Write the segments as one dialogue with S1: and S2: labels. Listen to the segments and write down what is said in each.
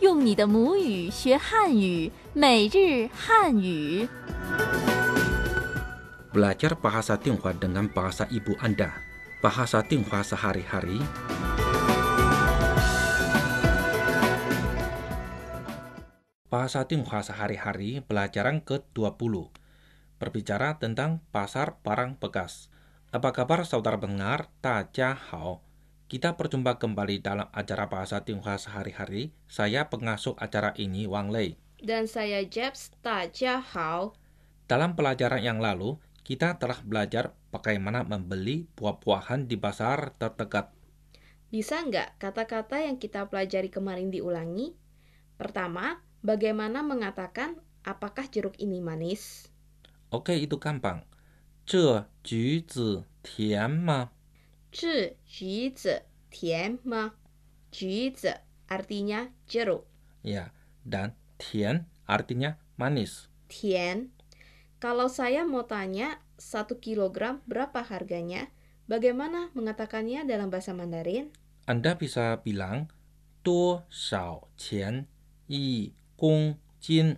S1: 用你的母语学汉语，每日汉语。
S2: Belajar bahasa Tionghoa dengan bahasa ibu Anda. Bahasa Tionghoa sehari-hari. 巴萨定华 sehari-hari pelajaran ke-20 Berbicara tentang pasar barang bekas Apa kabar saudara pendengar? Taja hao Kita berjumpa kembali dalam acara Bahasa Tionghoa sehari-hari Saya pengasuh acara ini Wang Lei
S3: Dan saya Jeps, 大家好。
S2: Dalam pelajaran yang lalu, kita telah belajar bagaimana membeli buah-buahan di pasar terdekat
S3: Bisa nggak kata-kata yang kita pelajari kemarin diulangi? Pertama, bagaimana mengatakan apakah jeruk ini manis?
S2: Oke, itu gampang. 这橘子甜吗？
S3: 这橘子甜吗？橘子 artinya jeruk,
S2: Ya, dan 甜 artinya manis.
S3: tian. Kalau saya mau tanya 1 kilogram berapa harganya, bagaimana mengatakannya dalam bahasa Mandarin?
S2: Anda bisa bilang 多少钱一公斤？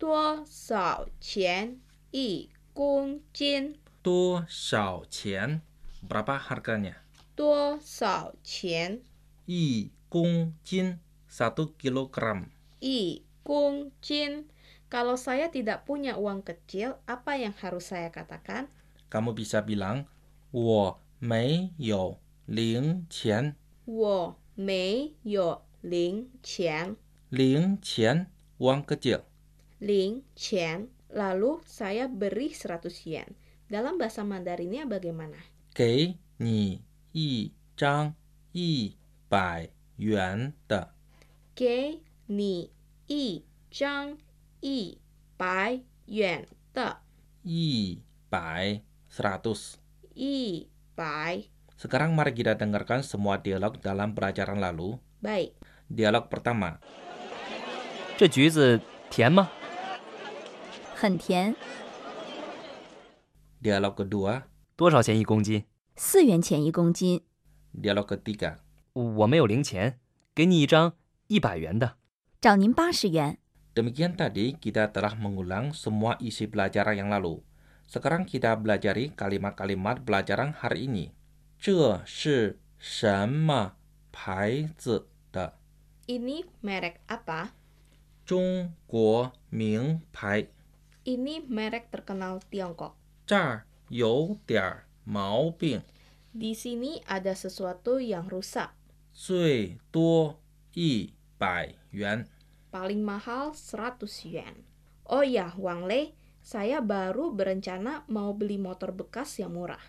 S3: 多少钱一公斤？
S2: 多少钱 berapa harganya?
S3: 多少钱
S2: 一公斤 satu kilogram.
S3: i kung cin. Kalau saya tidak punya uang kecil, apa yang harus saya katakan?
S2: Kamu bisa bilang 我没有零钱。
S3: Wo mei yo ling qian.
S2: 零钱 uang kecil.
S3: Ling qian. Lalu saya beri 100 yen. Dalam bahasa Mandarinnya bagaimana?
S2: 给你一张一百元的
S3: Ge ni i zhang i bai yuan de
S2: 一百 seratus.
S3: i bai.
S2: Sekarang mari kita dengarkan semua dialog dalam pelajaran lalu.
S3: Baik.
S2: Dialog pertama,
S4: 这橘子甜吗？
S1: 很甜，
S2: dialog kedua,
S4: 多少钱一公斤？
S1: 四元钱一公斤。
S2: dialog ketiga,
S4: 我没有零钱，给你一张一百元的。
S1: 找您八十元。
S2: Demikian tadi kita telah mengulang semua isi pelajaran yang lalu. Sekarang kita belajari kalimat-kalimat pelajaran hari ini. 这是什么牌子的
S3: Ini merek apa?
S2: 中国名牌？
S3: Ini merek terkenal Tiongkok.
S2: 这儿有点儿毛病，
S3: Di sini ada sesuatu yang rusak.
S2: 最多一百元。
S3: paling mahal 100 yuan. Oh ya, Wang Lei, saya baru berencana mau beli motor bekas yang murah.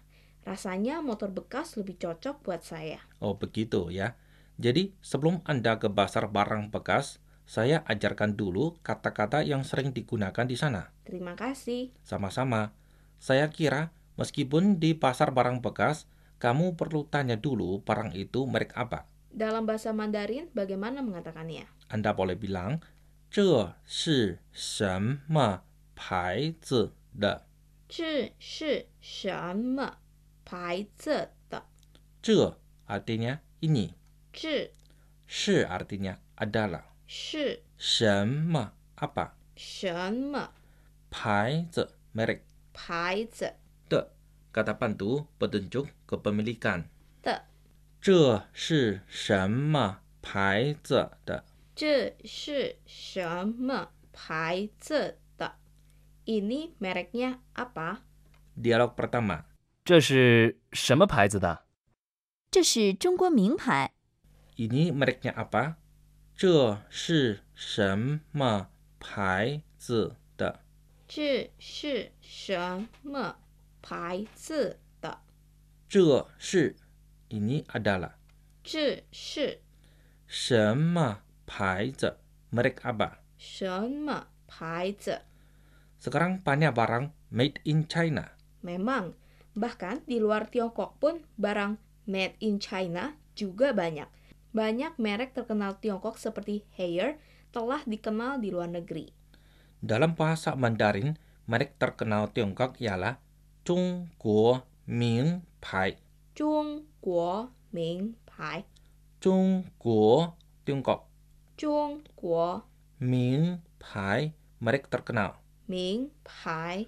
S3: Rasanya motor bekas lebih cocok buat saya.
S2: Oh begitu ya. Jadi sebelum Anda ke pasar barang bekas, saya ajarkan dulu kata-kata yang sering digunakan di sana.
S3: Terima kasih.
S2: Sama-sama. Saya kira meskipun di pasar barang bekas, kamu perlu tanya dulu barang itu merek apa.
S3: Dalam bahasa Mandarin, bagaimana mengatakannya?
S2: Anda boleh bilang, 这是什么牌子的？
S3: 这是什么牌子的？
S2: 这 artinya ini,
S3: 这
S2: 是 artinya adalah,
S3: 是
S2: 什么 apa,
S3: 什么
S2: 牌子 merek
S3: 牌子
S2: 的 kata bantu petunjuk kepemilikan.
S3: 的？
S2: 这是什么牌子的？
S3: 这是什么牌子的？Ini mereknya apa?
S2: Dialog pertama.
S4: 这是什么牌子的？
S1: 这是中国名牌，
S2: Ini mereknya apa? 这是什么牌子的？
S3: 这是什么牌子的？
S2: 这是 ini adalah
S3: 这是
S2: 什么牌子 merek apa?
S3: 什么牌子
S2: Sekarang banyak barang made in China.
S3: ？Memang, bahkan di luar Tiongkok pun barang made in China juga banyak. Banyak merek terkenal Tiongkok seperti Haier telah dikenal di luar negeri.
S2: Dalam bahasa Mandarin, merek terkenal Tiongkok ialah 中国名牌。
S3: 中国名牌，
S2: 中国 Tiongkok
S3: 中国
S2: 名牌merek terkenal.
S3: 名牌，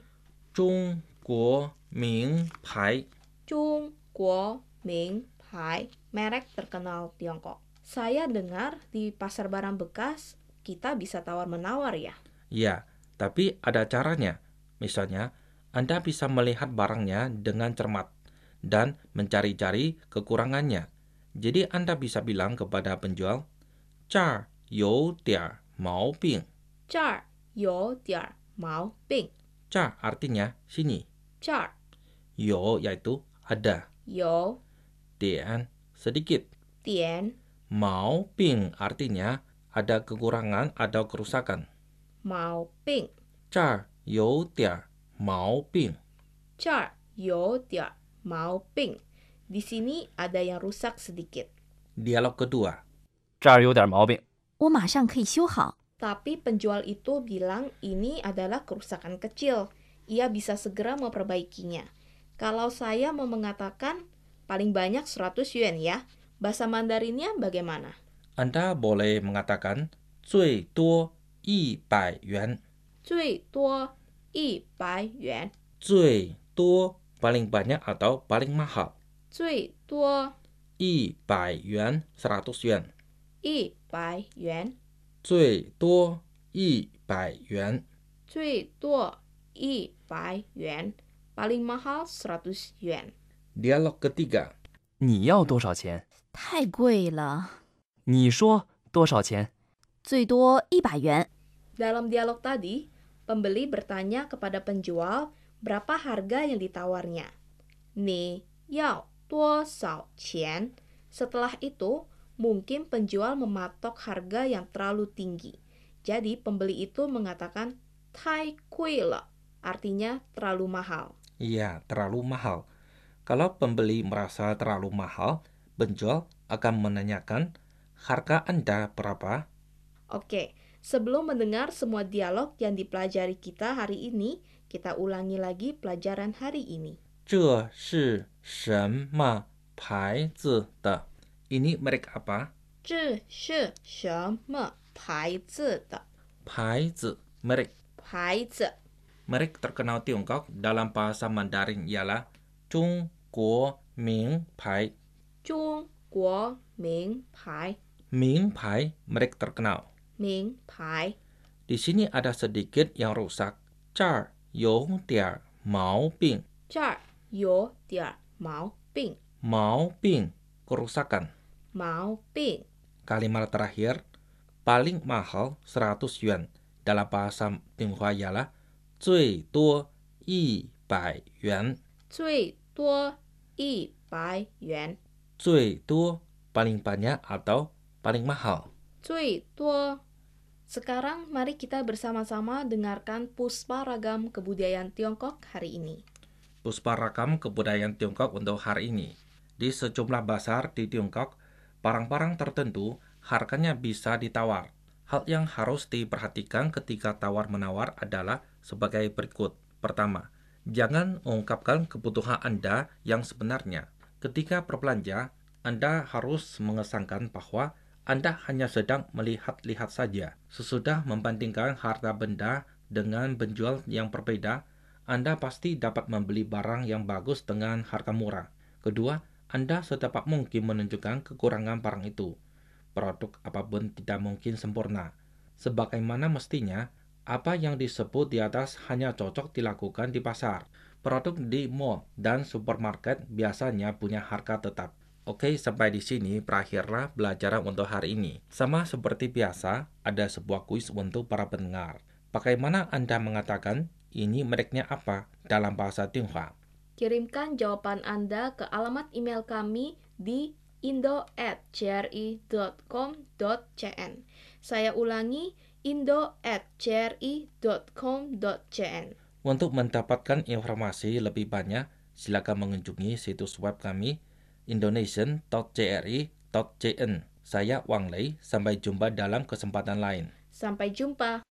S2: 中国名牌
S3: 中国名牌merek terkenal Tiongkok. Saya dengar di pasar barang bekas kita bisa tawar-menawar ya.
S2: Ya, tapi ada caranya. Misalnya, Anda bisa melihat barangnya dengan cermat dan mencari-cari kekurangannya. Jadi Anda bisa bilang kepada penjual, "Char you dia mau ping."
S3: Char, yo, diar, mau, bing.
S2: Char artinya sini.
S3: Char,
S2: You yaitu ada.
S3: yo,
S2: Dian sedikit.
S3: tian,
S2: Mau ping artinya ada kekurangan atau kerusakan.
S3: mau, bing.
S2: Char you dia mau ping.
S3: Char, yo, diar, mau, bing. Di sini ada yang rusak sedikit,
S2: Dialog kedua.
S4: 这儿有点毛病，
S1: 我马上可以修好。
S3: tapi penjual itu bilang ini adalah kerusakan kecil. Ia bisa segera memperbaikinya. Kalau saya mau mengatakan paling banyak 100 yuan ya. Bahasa Mandarinnya bagaimana?
S2: Anda boleh mengatakan 最多一百元，
S3: Cui tuo i bai yuan.
S2: 最多 paling banyak atau paling mahal.
S3: Cui tuo
S2: 一百元 seratus yuan，
S3: i bai yuan.
S2: 最多一百元。
S3: Cui tuo i bai yuan. Paling mahal 100 yuan.
S2: Dialog ketiga.
S4: 你要多少钱？
S1: 太贵了，
S4: 你说多少钱？
S1: 最多一百元。
S3: Dalam dialog tadi, pembeli bertanya kepada penjual berapa harga yang ditawarnya. Ni yao tuo sao qian. Setelah itu, mungkin penjual mematok harga yang terlalu tinggi. Jadi pembeli itu mengatakan tai kui le, artinya terlalu mahal.
S2: Iya, terlalu mahal. Kalau pembeli merasa terlalu mahal, penjual akan menanyakan harga Anda berapa.
S3: Oke, sebelum mendengar semua dialog yang dipelajari kita hari ini, kita ulangi lagi pelajaran hari ini.
S2: 这是什么牌子的？Ini merek apa?
S3: 这是什么牌子的
S2: Pai merek
S3: 牌子？
S2: merek terkenal Tiongkok dalam bahasa Mandarin ialah Zhongguo Ming Pai.
S3: 中国名牌，
S2: Ming Pai merek terkenal.
S3: 名牌。
S2: Di sini ada sedikit yang rusak. Char you dia mao bing.
S3: 这儿有点儿毛病，
S2: Mao bing kerusakan.
S3: 毛病。
S2: Kalimat terakhir paling mahal 100 yuan. Dalam bahasa Tionghoa ialah 最多100元.
S3: 最多一百元，
S2: 最多 paling banyak atau paling mahal.
S3: 最多。Sekarang mari kita bersama-sama dengarkan Puspa Ragam Kebudayaan Tiongkok hari ini.
S2: Puspa Rakam Kebudayaan Tiongkok untuk hari ini. Di sejumlah pasar di Tiongkok, barang-barang tertentu harganya bisa ditawar. Hal yang harus diperhatikan ketika tawar-menawar adalah sebagai berikut. Pertama, jangan mengungkapkan kebutuhan Anda yang sebenarnya. Ketika berbelanja, Anda harus mengesankan bahwa Anda hanya sedang melihat-lihat saja. Sesudah membandingkan harta benda dengan penjual yang berbeda, anda pasti dapat membeli barang yang bagus dengan harga murah. Kedua, Anda sedapat mungkin menunjukkan kekurangan barang itu. Produk apapun tidak mungkin sempurna. Sebagaimana mestinya, apa yang disebut di atas hanya cocok dilakukan di pasar. Produk di mall dan supermarket biasanya punya harga tetap. Oke, sampai di sini berakhirlah pelajaran untuk hari ini. Sama seperti biasa, ada sebuah kuis untuk para pendengar. Bagaimana Anda mengatakan ini mereknya apa dalam bahasa Tionghoa?
S3: Kirimkan jawaban Anda ke alamat email kami di indo@cri.com.cn. Saya ulangi indo@cri.com.cn.
S2: Untuk mendapatkan informasi lebih banyak, silakan mengunjungi situs web kami indonesian.cri.cn. Saya Wang Lei, sampai jumpa dalam kesempatan lain.
S3: Sampai jumpa.